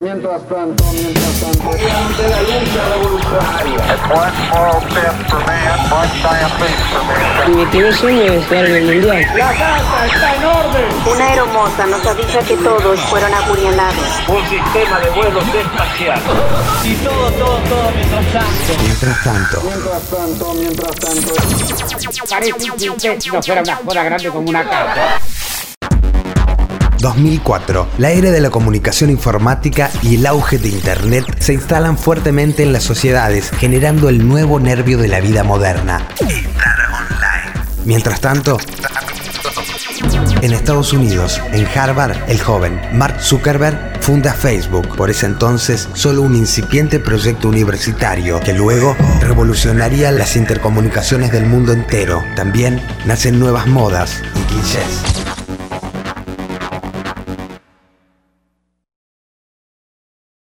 Mientras tanto, mientras tanto, ante la lucha revolucionaria. Mi primer sueño es jugar en el mundial. La casa está en orden. Una hermosa nos avisa que todos fueron apuñalados. Un sistema de vuelos espacial. Mientras tanto, mientras tanto. Hola 2004. La era de la comunicación informática y el auge de Internet se instalan fuertemente en las sociedades, generando el nuevo nervio de la vida moderna. Estar online. Mientras tanto, en Estados Unidos, en Harvard, el joven Mark Zuckerberg funda Facebook, por ese entonces solo un incipiente proyecto universitario que luego revolucionaría las intercomunicaciones del mundo entero. También nacen nuevas modas y clichés.